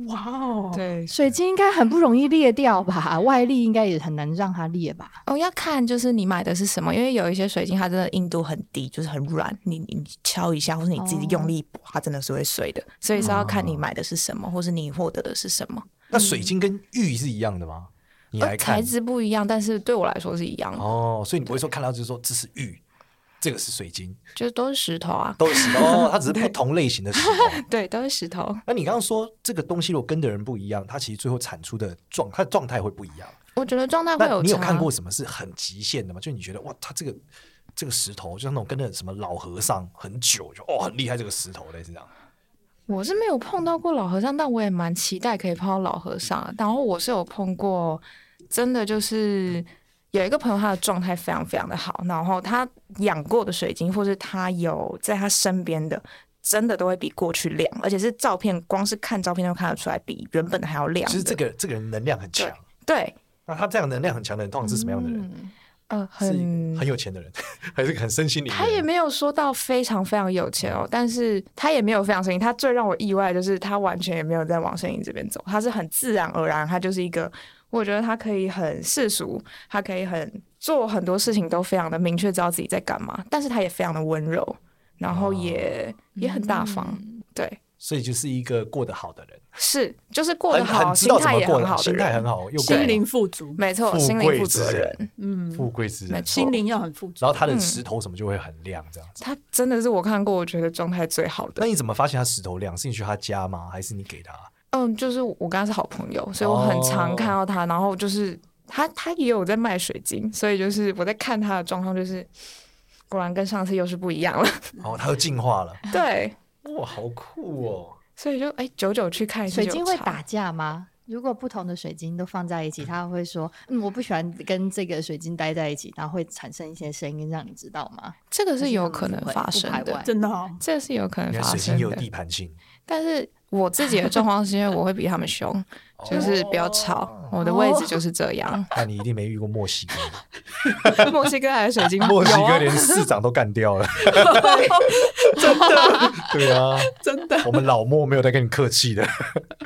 Speaker 1: 哇哦，
Speaker 5: <laughs> 对，
Speaker 4: 水晶应该很不容易裂掉吧？外力应该也很难让它裂吧？
Speaker 5: 哦，要看就是你买的是什么，因为有一些水晶它真的硬度很低，就是很软，你你敲一下或是你自己
Speaker 3: 哦
Speaker 5: 用力拨，它真的是会碎的。所以是要看你买的是什么，或是你获得的是什么。
Speaker 3: 那水晶跟玉是一样的吗？你来
Speaker 5: 呃
Speaker 3: 看
Speaker 5: 材质不一样，但是对我来说是一样的，
Speaker 3: 哦，所以你不会说看到就是说这是玉，这个是水晶，
Speaker 5: 就是都是石头啊。
Speaker 3: 都是石头，哦， <laughs> 它只是不同类型的石头。
Speaker 5: 对，都是石头。
Speaker 3: 那你刚刚说这个东西如果跟的人不一样，它其实最后产出的状，它的状态会不一样。
Speaker 5: 我觉得状态会
Speaker 3: 那你有
Speaker 5: 差。
Speaker 3: 看过什么是很极限的吗？就你觉得哇，它这个这个石头，就像那种跟着什么老和尚很久，就哦很厉害这个石头类似这样。
Speaker 5: 我是没有碰到过老和尚，但我也蛮期待可以碰到老和尚的。然后我是有碰过，真的就是有一个朋友，他的状态非常非常的好，然后他养过的水晶，或是他有在他身边的。真的都会比过去亮，而且是照片，光是看照片就看得出来，比原本的还要亮的。
Speaker 3: 其实这个这个人能量很强，
Speaker 5: 对，
Speaker 3: 那他这样能量很强的人，通常是什么样的人？
Speaker 2: 嗯
Speaker 5: 呃，
Speaker 3: 是一个
Speaker 5: 很
Speaker 3: 很有钱的人， <laughs> 还是一个很身心灵的人？
Speaker 5: 他也没有说到非常非常有钱哦，但是他也没有非常生意。他最让我意外的就是，他完全也没有在往生意这边走，他是很自然而然，他就是一个，我觉得他可以很世俗，他可以很做很多事情都非常的明确知道自己在干嘛，但是他也非常的温柔，然后也、也很大方，对，
Speaker 3: 所以就是一个过得好的人，
Speaker 5: 是就是过得
Speaker 3: 很
Speaker 5: 好，
Speaker 3: 很知
Speaker 5: 心
Speaker 3: 道怎
Speaker 5: 态
Speaker 3: 么
Speaker 5: 也
Speaker 3: 过
Speaker 5: 很
Speaker 3: 得
Speaker 5: 好的
Speaker 3: 心态很
Speaker 5: 人，
Speaker 3: 好，又过得
Speaker 1: 心灵富足，
Speaker 5: 没错，
Speaker 3: 富
Speaker 5: 心灵
Speaker 3: 贵
Speaker 5: 富
Speaker 3: 之
Speaker 5: 足的
Speaker 3: 人
Speaker 5: 人，
Speaker 1: 嗯，
Speaker 3: 富贵之
Speaker 5: 没
Speaker 3: 人，
Speaker 5: 错嗯
Speaker 1: 心灵要很富足
Speaker 3: 然。后他的石头什么就会很亮这样子。
Speaker 5: 他真的是我看过我觉得状态最好的
Speaker 3: 那。你怎么发现他石头亮？是你去他家吗？还是你给他？
Speaker 5: 嗯，就是我跟他是好朋友，所以我很
Speaker 3: 哦
Speaker 5: 常看到他。然后就是他，他也有在卖水晶，所以就是我在看他的状况，就是果然跟上次又是不一样了。 <laughs>
Speaker 3: 然后他又进化了，
Speaker 5: 对，
Speaker 3: 哇，好酷
Speaker 5: <laughs>
Speaker 3: 哦！
Speaker 5: 所以就哎，久久去看一次
Speaker 4: 水
Speaker 5: 就有
Speaker 4: 晶会
Speaker 5: 差
Speaker 4: 打架吗？如果不同的水晶都放在一起，它会说：“嗯，我不喜欢跟这个水晶待在一起。”然后会产生一些声音，让你知道吗？
Speaker 5: 这个
Speaker 4: 还
Speaker 5: 是
Speaker 4: 是
Speaker 5: 有
Speaker 4: 他们
Speaker 5: 可
Speaker 4: 不
Speaker 5: 能
Speaker 4: 会
Speaker 5: 发
Speaker 4: 不
Speaker 5: 生
Speaker 4: 排
Speaker 5: 的
Speaker 4: 外，
Speaker 1: 真的哦，
Speaker 5: 这个是有可能
Speaker 3: 原
Speaker 5: 发
Speaker 3: 来水晶
Speaker 5: 生
Speaker 3: 也有
Speaker 5: 的。
Speaker 3: 地盘性，
Speaker 5: 但是我自己的状况是因为我会比他们凶，就是不要吵，
Speaker 3: 哦
Speaker 5: 我的位置就是这
Speaker 4: 哦
Speaker 5: 样。
Speaker 3: 那你一定没遇过墨西哥人，
Speaker 5: <laughs> 墨西哥来的水晶
Speaker 3: 墨西
Speaker 5: <laughs> 有
Speaker 3: 哥
Speaker 5: 啊
Speaker 3: 连市长都干掉
Speaker 5: <laughs>
Speaker 3: 了。
Speaker 1: 真的
Speaker 3: 对啊，
Speaker 1: 真的，
Speaker 3: 我们老莫没有在跟你客气的。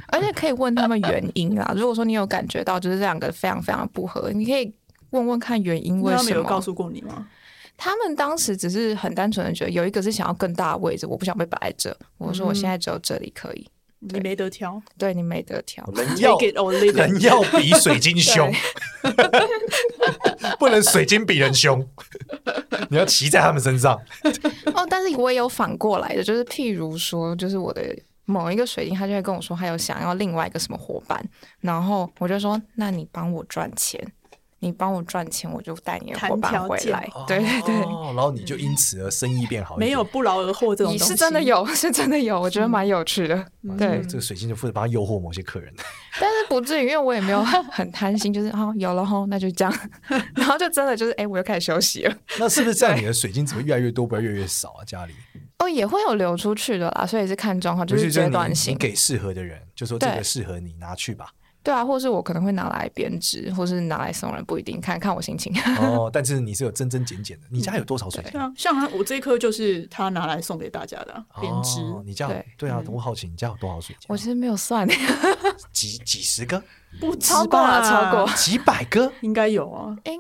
Speaker 5: 而且可以问他们原因 <laughs> 啊。如果说你有感觉到就是这两个非常非常不合，你可以问问看原因为
Speaker 1: 那他们
Speaker 5: 什
Speaker 1: 有告
Speaker 5: 么。
Speaker 1: 诉过你吗？
Speaker 5: 他们当时只是很单纯的觉得有一个是想要更大的位置，我不想被摆在这。我说我现在只有这里可以，
Speaker 1: 你没得挑
Speaker 5: 对你没得挑。
Speaker 3: 人要
Speaker 1: ，take it or leave it。
Speaker 3: 人要比水晶
Speaker 5: <laughs>
Speaker 3: 凶，不能水晶比人凶。你要骑在他们身上，
Speaker 5: 哦，但是我也有反过来的，就是譬如说，就是我的某一个水晶，他就会跟我说他有想要另外一个什么伙伴，然后我就说那你帮我赚钱，你帮我赚钱，我就带你的伙
Speaker 1: 谈
Speaker 5: 伴
Speaker 1: 条
Speaker 5: 回
Speaker 1: 件
Speaker 5: 来。对对对。
Speaker 3: 哦然后你就因此而生意变好一点。
Speaker 1: 没有不劳而获这种
Speaker 5: 你
Speaker 1: 东西，
Speaker 5: 是真的有， <laughs> 是真的有，我
Speaker 4: 嗯
Speaker 5: 觉得蛮有趣的，
Speaker 3: 哇，
Speaker 5: 对。
Speaker 3: 这个水晶就负责帮他诱惑某些客人。 <laughs>
Speaker 5: 但是不至于，因为我也没有很贪心，就是哦有了吼，那就这样， <laughs> 然后就真的就是哎、我又开始休息了。
Speaker 3: 那是不是这样？你的水晶怎么越来越多，不要越来越少啊？家里，
Speaker 5: 哦，也会有流出去的啦，所以是看状况，就
Speaker 3: 尤其
Speaker 5: 是阶
Speaker 3: 你
Speaker 5: 段性
Speaker 3: 你。给适合的人，就说这
Speaker 5: 对
Speaker 3: 个适合你，拿去吧。
Speaker 5: 对啊，或是我可能会拿来编织，或是拿来送人，不一定，看看我心情。 <laughs>
Speaker 3: 哦，但是你是有增增减减的。你家有多少
Speaker 5: 嗯
Speaker 3: 水晶
Speaker 1: 对？啊，像他我这一颗就是他拿来送给大家的啊编织，
Speaker 3: 哦你家有
Speaker 5: 对嗯
Speaker 3: 对啊，我好奇你家有多少水晶
Speaker 5: 我
Speaker 3: 啊？
Speaker 5: 其实没有算，
Speaker 3: 几几十个、
Speaker 1: 不止
Speaker 5: 超过了
Speaker 1: 吧
Speaker 5: 超过
Speaker 3: 几百个？
Speaker 1: 应该有啊，
Speaker 5: 应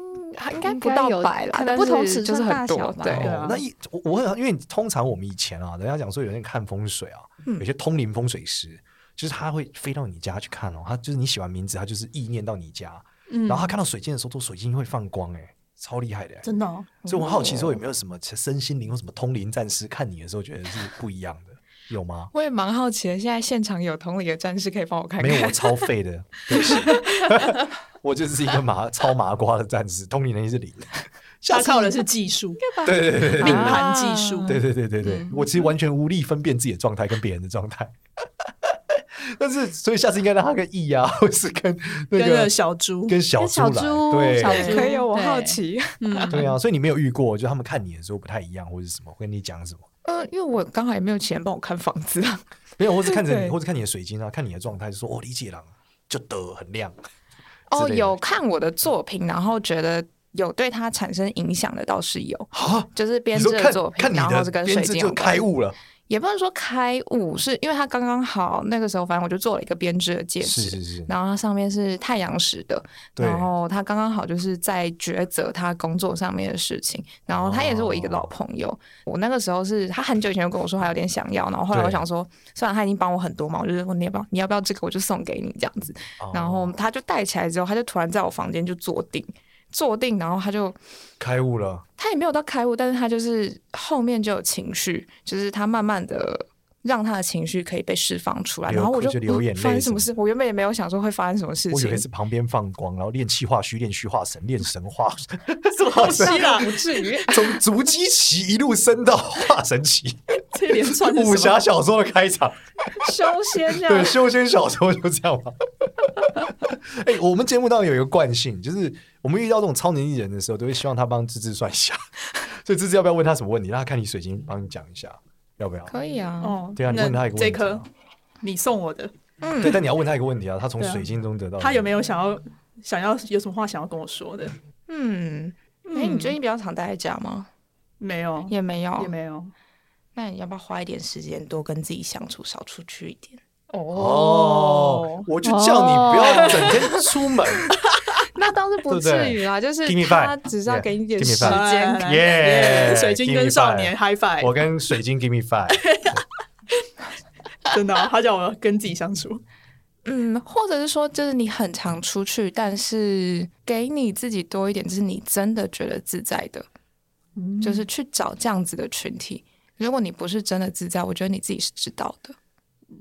Speaker 5: 应该
Speaker 4: 应
Speaker 5: 不
Speaker 4: 该
Speaker 5: 到
Speaker 4: 有
Speaker 5: 百啦，
Speaker 4: 可能
Speaker 5: 但
Speaker 4: 不同
Speaker 5: 是
Speaker 4: 尺
Speaker 5: 就是
Speaker 4: 寸
Speaker 5: 很
Speaker 4: 大
Speaker 5: 多
Speaker 4: 小吧
Speaker 5: 对，
Speaker 1: 对
Speaker 3: 哦
Speaker 1: 啊，
Speaker 3: 那一我我很因为通常我们以前啊，人家讲说有人看风水啊，
Speaker 1: 嗯
Speaker 3: 有些通灵风水师，就是他会飞到你家去看哦，他就是你喜欢名字，他就是意念到你家，
Speaker 1: 嗯
Speaker 3: 然后他看到水晶的时候，说水晶会放光、欸，哎，超厉害的、欸。
Speaker 1: 真的哦
Speaker 3: 所以我好奇说有没有什么身心灵或什么通灵战士看你的时候觉得是不一样的， <laughs> 有吗？
Speaker 5: 我也蛮好奇的，现在现场有同理的战士可以帮我看看。
Speaker 3: 没有，我超废的，对不起， <laughs> 我就是一个麻超麻瓜的战士，通灵能力是零。
Speaker 1: 他靠的是技术，
Speaker 3: 对对对对对
Speaker 1: 命盘技术
Speaker 5: 啊
Speaker 3: 对对对对对，我其实完全无力分辨自己的状态跟别人的状态。 <laughs> 但是，所以下次应该让他跟 E 啊， <laughs> 或是跟那
Speaker 1: 跟
Speaker 3: 个
Speaker 1: 着小猪，
Speaker 3: 跟小
Speaker 4: 跟小
Speaker 3: 猪来，
Speaker 4: 猪
Speaker 3: 对
Speaker 5: <laughs>
Speaker 4: 小猪
Speaker 5: 可以哦，我好
Speaker 4: 对
Speaker 5: 奇。
Speaker 1: 嗯，
Speaker 3: 对啊，所以你没有遇过，就他们看你的时候不太一样，或者是什么，会跟你讲什
Speaker 5: <laughs>
Speaker 3: 么？
Speaker 5: 嗯，因为我刚好也没有钱帮我看房子啊。
Speaker 3: 没有，或者看着你，
Speaker 5: 对
Speaker 3: 或者看你的水晶啊，看你的状态，就说哦，理解了，就得很
Speaker 5: <laughs>
Speaker 3: 亮。之
Speaker 5: 哦，
Speaker 3: 类的
Speaker 5: 有看我的作品，然后觉得有对他产生影响的倒是有，
Speaker 3: 啊，
Speaker 5: 就是编
Speaker 3: 你
Speaker 5: 织
Speaker 3: 说看
Speaker 5: 作品，
Speaker 3: 看你
Speaker 5: 然后是
Speaker 3: 的
Speaker 5: 跟
Speaker 3: 编
Speaker 5: 水
Speaker 3: 制
Speaker 5: 晶
Speaker 3: 就
Speaker 5: 有关
Speaker 3: 开悟了，
Speaker 5: 也不能说开悟，是因为它刚刚好那个时候，反正我就做了一个编织的戒指，
Speaker 3: 是是是，
Speaker 5: 然后它上面是太阳石的，
Speaker 3: 对
Speaker 5: 然后他刚刚好就是在抉择他工作上面的事情，然后他也是我一个老朋友，
Speaker 3: 哦
Speaker 5: 我那个时候是他很久以前就跟我说他有点想要，然后后来
Speaker 3: 对
Speaker 5: 我想说，虽然他已经帮我很多嘛，我就是问你要不要，你要不要这个，我就送给你这样子，
Speaker 3: 哦
Speaker 5: 然后他就戴起来之后，他就突然在我房间就坐定，坐定，然后他就
Speaker 3: 开悟了，
Speaker 5: 他也没有到开悟，但是他就是后面就有情绪，就是他慢慢的让他的情绪可以被释放出来，
Speaker 3: 流
Speaker 5: 然后我就
Speaker 3: 就流眼泪
Speaker 5: 发生什么
Speaker 3: 什
Speaker 5: 事？我原本也没有想说会发生什么事
Speaker 3: 我以
Speaker 5: 情
Speaker 3: 为，是旁边放光，然后练气化虚、练虚化神、练神化，
Speaker 1: 什么东西
Speaker 3: <laughs>
Speaker 1: 啦？
Speaker 5: 不至于。
Speaker 1: <laughs>
Speaker 3: 从足基期一路升到化神期，
Speaker 1: 这一连串 <laughs> 是
Speaker 3: 武
Speaker 1: 什么
Speaker 3: 侠？小说的开场，
Speaker 5: 修仙这
Speaker 1: 啊
Speaker 3: 对，
Speaker 5: 样。
Speaker 3: 修仙小说就这样嘛。 <laughs> 哎、我们节目当中有一个惯性，就是我们遇到这种超能力人的时候，都会希望他帮芝芝算一下。 <laughs> 所以芝芝要不要问他什么问题？让他看你水晶，帮你讲一下，要不要？
Speaker 5: 可以啊，
Speaker 1: 哦，
Speaker 3: 对啊，你
Speaker 1: 那
Speaker 3: 问他一个问题、
Speaker 1: 这颗你送我的，
Speaker 3: 对，
Speaker 5: 嗯，
Speaker 3: 但你要问他一个问题啊，他从
Speaker 1: 对啊
Speaker 3: 水晶中得到、
Speaker 1: 他有没有？想要想要有什么话想要跟我说的？
Speaker 5: 嗯，哎、你最近比较常待在家吗？
Speaker 1: 没有，
Speaker 5: 也没有，
Speaker 1: 也。没有。
Speaker 5: 那你要不要花一点时间多跟自己相处，少出去一点？
Speaker 3: 哦，我就叫你不要整天出门。
Speaker 5: <laughs>
Speaker 1: 哦
Speaker 5: 那倒是不至于啦，就是
Speaker 3: Give me
Speaker 5: 他
Speaker 3: five
Speaker 5: 只是要给你一点
Speaker 3: Yeah，give me
Speaker 5: 时
Speaker 3: five
Speaker 5: 间。
Speaker 1: 来
Speaker 3: 耶
Speaker 1: 水晶跟少年 High Five，
Speaker 3: 我跟水晶 give me five，
Speaker 1: 真的哦，他叫我跟自己相处。
Speaker 5: 嗯，或者是说，就是你很常出去，但是给你自己多一点，就是你真的觉得自在的，就是去找这样子的群体。如果你不是真的自在，我觉得你自己是知道的。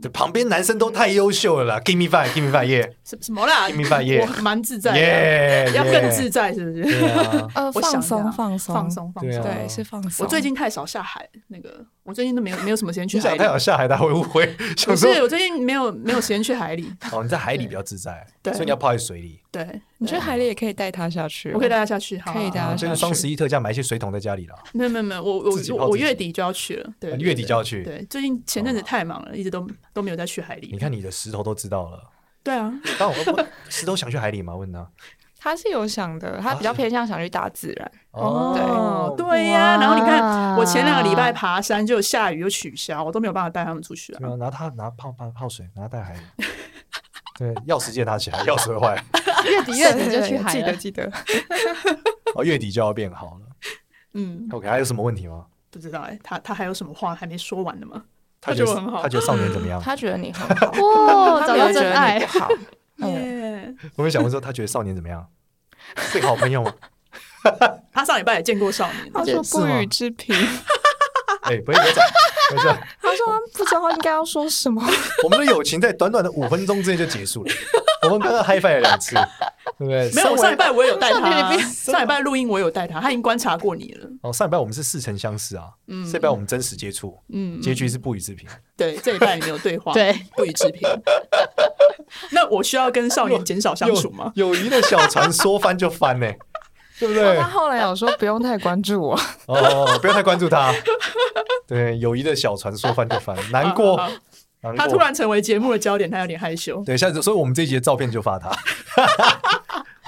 Speaker 3: 对旁边男生都太优秀了啦，give me five，give me five，耶
Speaker 1: 什什么啦？
Speaker 3: give me five，耶
Speaker 1: 我蛮自在的，
Speaker 3: 耶，
Speaker 1: 要
Speaker 3: yeah，
Speaker 1: 更自在是不是？
Speaker 3: 对啊，
Speaker 5: 呃，
Speaker 1: 我想
Speaker 5: 放
Speaker 1: 一下
Speaker 5: 松，放松，
Speaker 1: 放，松，放
Speaker 3: 对
Speaker 1: 松
Speaker 3: 啊。
Speaker 5: 对，是放松。
Speaker 1: 我最近太少下海，那个我最近都没有没有什么时间去
Speaker 3: 你
Speaker 1: 海
Speaker 3: 想
Speaker 1: 里
Speaker 3: 太。好下海，他会误会，
Speaker 1: 不
Speaker 3: 想
Speaker 1: 是
Speaker 3: 说，
Speaker 1: 我最近没有没有时间去海里。
Speaker 3: 哦，你在海里比较自在，
Speaker 1: 对
Speaker 3: 所以你要泡在水里。
Speaker 1: 对，
Speaker 5: 你去海里也可以带他下去哦，
Speaker 1: 我可以带他下去，好啊
Speaker 5: 可以的
Speaker 1: 好啊
Speaker 5: 啊
Speaker 3: 哦就是双十一特价买一些水桶在家里了，
Speaker 1: 没有没有没有，我
Speaker 3: 自己泡
Speaker 1: 我
Speaker 3: 自
Speaker 1: 我
Speaker 3: 己啊
Speaker 1: 月底就要去了，对，
Speaker 3: 你
Speaker 1: 对
Speaker 3: 月底
Speaker 1: 对
Speaker 3: 就要去。
Speaker 1: 对，最近前阵子太忙了，一直都都没有再去海
Speaker 3: 你
Speaker 1: 里。
Speaker 3: 看你的石头都知道了，
Speaker 1: 对啊，
Speaker 3: 但我我石头想去海
Speaker 1: <laughs>
Speaker 3: 里吗？问他。
Speaker 5: 他是有想的，他比
Speaker 3: 啊
Speaker 5: 较偏向想去大自然。
Speaker 1: 哦，对呀。然后你看，
Speaker 4: 哇
Speaker 1: 我前两个礼拜爬山就下雨又取消，我都没有办法带他们出去啊。
Speaker 3: 对啊，拿它拿泡泡泡水，拿它带海里。对，钥匙借他起来，钥匙会
Speaker 1: <laughs>
Speaker 3: 坏。
Speaker 5: <laughs>
Speaker 4: 月底月底就去海
Speaker 5: 记
Speaker 4: 了
Speaker 5: 得，记得。
Speaker 3: 哦，月底就要变好了。
Speaker 1: 嗯，
Speaker 3: OK，还有什么问题吗？
Speaker 1: 不知道哎，他他还有什么话还没说完的吗？
Speaker 3: 他
Speaker 1: 他
Speaker 3: 觉
Speaker 1: 觉得
Speaker 3: 得
Speaker 1: 我很好
Speaker 3: 他觉得少年怎么
Speaker 1: <laughs>
Speaker 3: 样？
Speaker 5: 他觉得你很好，
Speaker 4: 哇，
Speaker 5: <laughs> 他
Speaker 4: 找
Speaker 5: 没
Speaker 4: 到
Speaker 5: 有觉
Speaker 4: 真
Speaker 5: 得你
Speaker 4: 爱
Speaker 5: 不，好。嗯，
Speaker 1: 耶！
Speaker 3: 我们想问说，他觉得少年怎么样？是个好朋友
Speaker 1: <laughs>
Speaker 3: 吗？
Speaker 1: 他上礼拜也见过少年，
Speaker 5: 他说
Speaker 3: 是吗
Speaker 5: 不予置评，
Speaker 3: 哎，不会，不会这样，不会这样。
Speaker 5: 他说他不知道应该要说什么。
Speaker 3: <laughs> 我们的友情在短短的五分钟之内就
Speaker 1: <laughs>
Speaker 3: 结束了。我们刚刚嗨翻了两次，对不对？
Speaker 1: 没有，我上礼拜我也有带他
Speaker 4: 少年
Speaker 1: 啊，
Speaker 4: 你
Speaker 1: 上礼拜录音我也有带他，他已经观察过你了。
Speaker 3: 哦，上礼拜我们是似曾相识啊，嗯，这礼拜我们真实接触，
Speaker 1: 嗯，
Speaker 3: 结局是不予置评。
Speaker 1: 对，这礼拜也没有对话，
Speaker 4: 对，
Speaker 1: 不予置评。
Speaker 4: <laughs>
Speaker 1: 那我需要跟少年减少相处吗？
Speaker 3: 友友谊的小船说翻就翻
Speaker 1: <laughs>
Speaker 3: 呢，对不对
Speaker 5: <laughs> 他？后来有说不用太关注我，
Speaker 3: 哦，不要太关注他。对，友谊的小船说翻
Speaker 1: <laughs>
Speaker 3: 就翻，难过
Speaker 1: 好好，
Speaker 3: 难过。
Speaker 1: 啊他突然成为节目的焦点，他有点害羞。
Speaker 3: 对，下次，所以我们这一节照片就发他。 <laughs>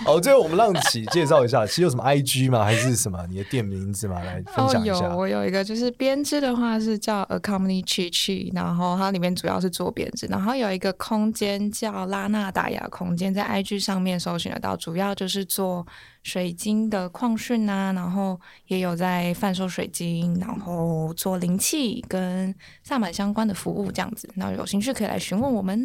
Speaker 3: 好，最后我们让启介绍一下，其实有什么 IG 吗？还是什么你的店名字吗？来分
Speaker 5: 哦
Speaker 3: 享一
Speaker 5: 有
Speaker 3: 下。
Speaker 5: 我有一个就是编织的话是叫 A Company Chi Chi，然后它里面主要是做编织，然后有一个空间叫拉纳达雅空间，在 IG 上面搜寻得到，主要就是做水晶的矿训啊，然后也有在贩售水晶，然后做灵气跟萨满相关的服务这样子，然后有兴趣可以来询问我们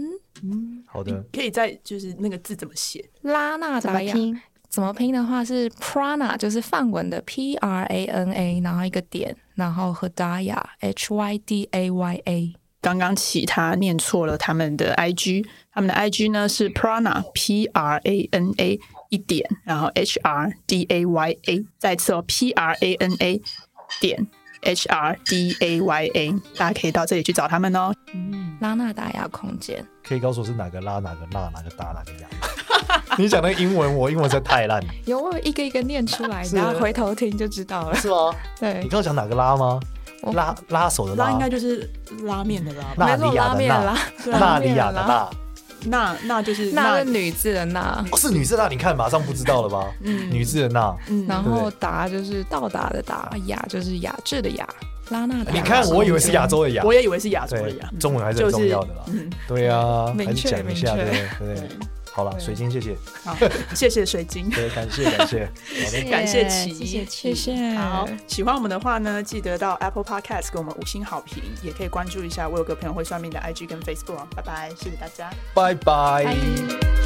Speaker 3: 好的，
Speaker 1: 可以再就是那个字怎么写？
Speaker 5: 拉纳
Speaker 4: 怎么
Speaker 5: 达雅。
Speaker 4: 拼？
Speaker 5: 怎么拼的话是 prana，就是梵文的 p r a n a，然后一个点，然后 hidaya h y d a y a。
Speaker 1: 刚刚其他念错了他们的 IG，他们的 IG 呢是 Prana P R A N A 一点，然后 H R D A Y A，再次哦 P R A N A 点 H R D A Y A，大家可以到这里去找他们哦。
Speaker 5: 拉纳达雅空间，
Speaker 3: 可以告诉我是哪个拉哪个辣哪个大哪 <laughs> 个雅。你讲那个英文，我英文实在太烂了，
Speaker 5: 有我有一个一个念出来，
Speaker 3: 是啊
Speaker 5: 然后回头听就知道了。
Speaker 3: 是吗？你
Speaker 5: <laughs> 对，
Speaker 3: 刚刚讲哪个拉吗？
Speaker 5: 我
Speaker 3: 拉拉手的
Speaker 1: 拉应该就是拉面的拉吧？
Speaker 3: 纳
Speaker 5: 没错
Speaker 3: 里亚
Speaker 5: 拉
Speaker 3: 的
Speaker 5: 面啊
Speaker 3: 纳
Speaker 5: 拉，
Speaker 3: 纳里啊亚的
Speaker 5: 拉面
Speaker 1: 那
Speaker 3: 纳，
Speaker 1: 那就是
Speaker 5: 那是女字的那，
Speaker 3: 哦，是女字的纳，你看马上不知道了吧？
Speaker 1: 嗯
Speaker 3: 女字的纳，
Speaker 1: 嗯
Speaker 5: 然后达就是到达的达，雅就是雅致的雅。拉纳达。
Speaker 3: 你看，我以为是亚洲的亚，
Speaker 1: 我也以为是亚洲的
Speaker 3: 对
Speaker 1: 亚，，
Speaker 3: 中文还是
Speaker 1: 就
Speaker 3: 很
Speaker 1: 是
Speaker 3: 重要的啦。
Speaker 1: 嗯，
Speaker 3: 对啊，
Speaker 5: 明
Speaker 3: 还是
Speaker 5: 确
Speaker 3: 讲一下，
Speaker 5: 明
Speaker 3: 对
Speaker 5: 确
Speaker 3: 对对。好了，
Speaker 5: 对
Speaker 3: 水晶，谢谢，
Speaker 1: 好，谢 <laughs> 谢水晶。
Speaker 3: 对，感谢感谢，好的，
Speaker 1: 感谢琪
Speaker 4: 谢谢琪，
Speaker 5: 谢谢。
Speaker 1: 好，喜欢我们的话呢，记得到 Apple Podcast 给我们五星好评，也可以关注一下我有个朋友会算命的 IG 跟 Facebook 哦。拜拜，谢谢大家。
Speaker 3: 拜拜。
Speaker 4: 拜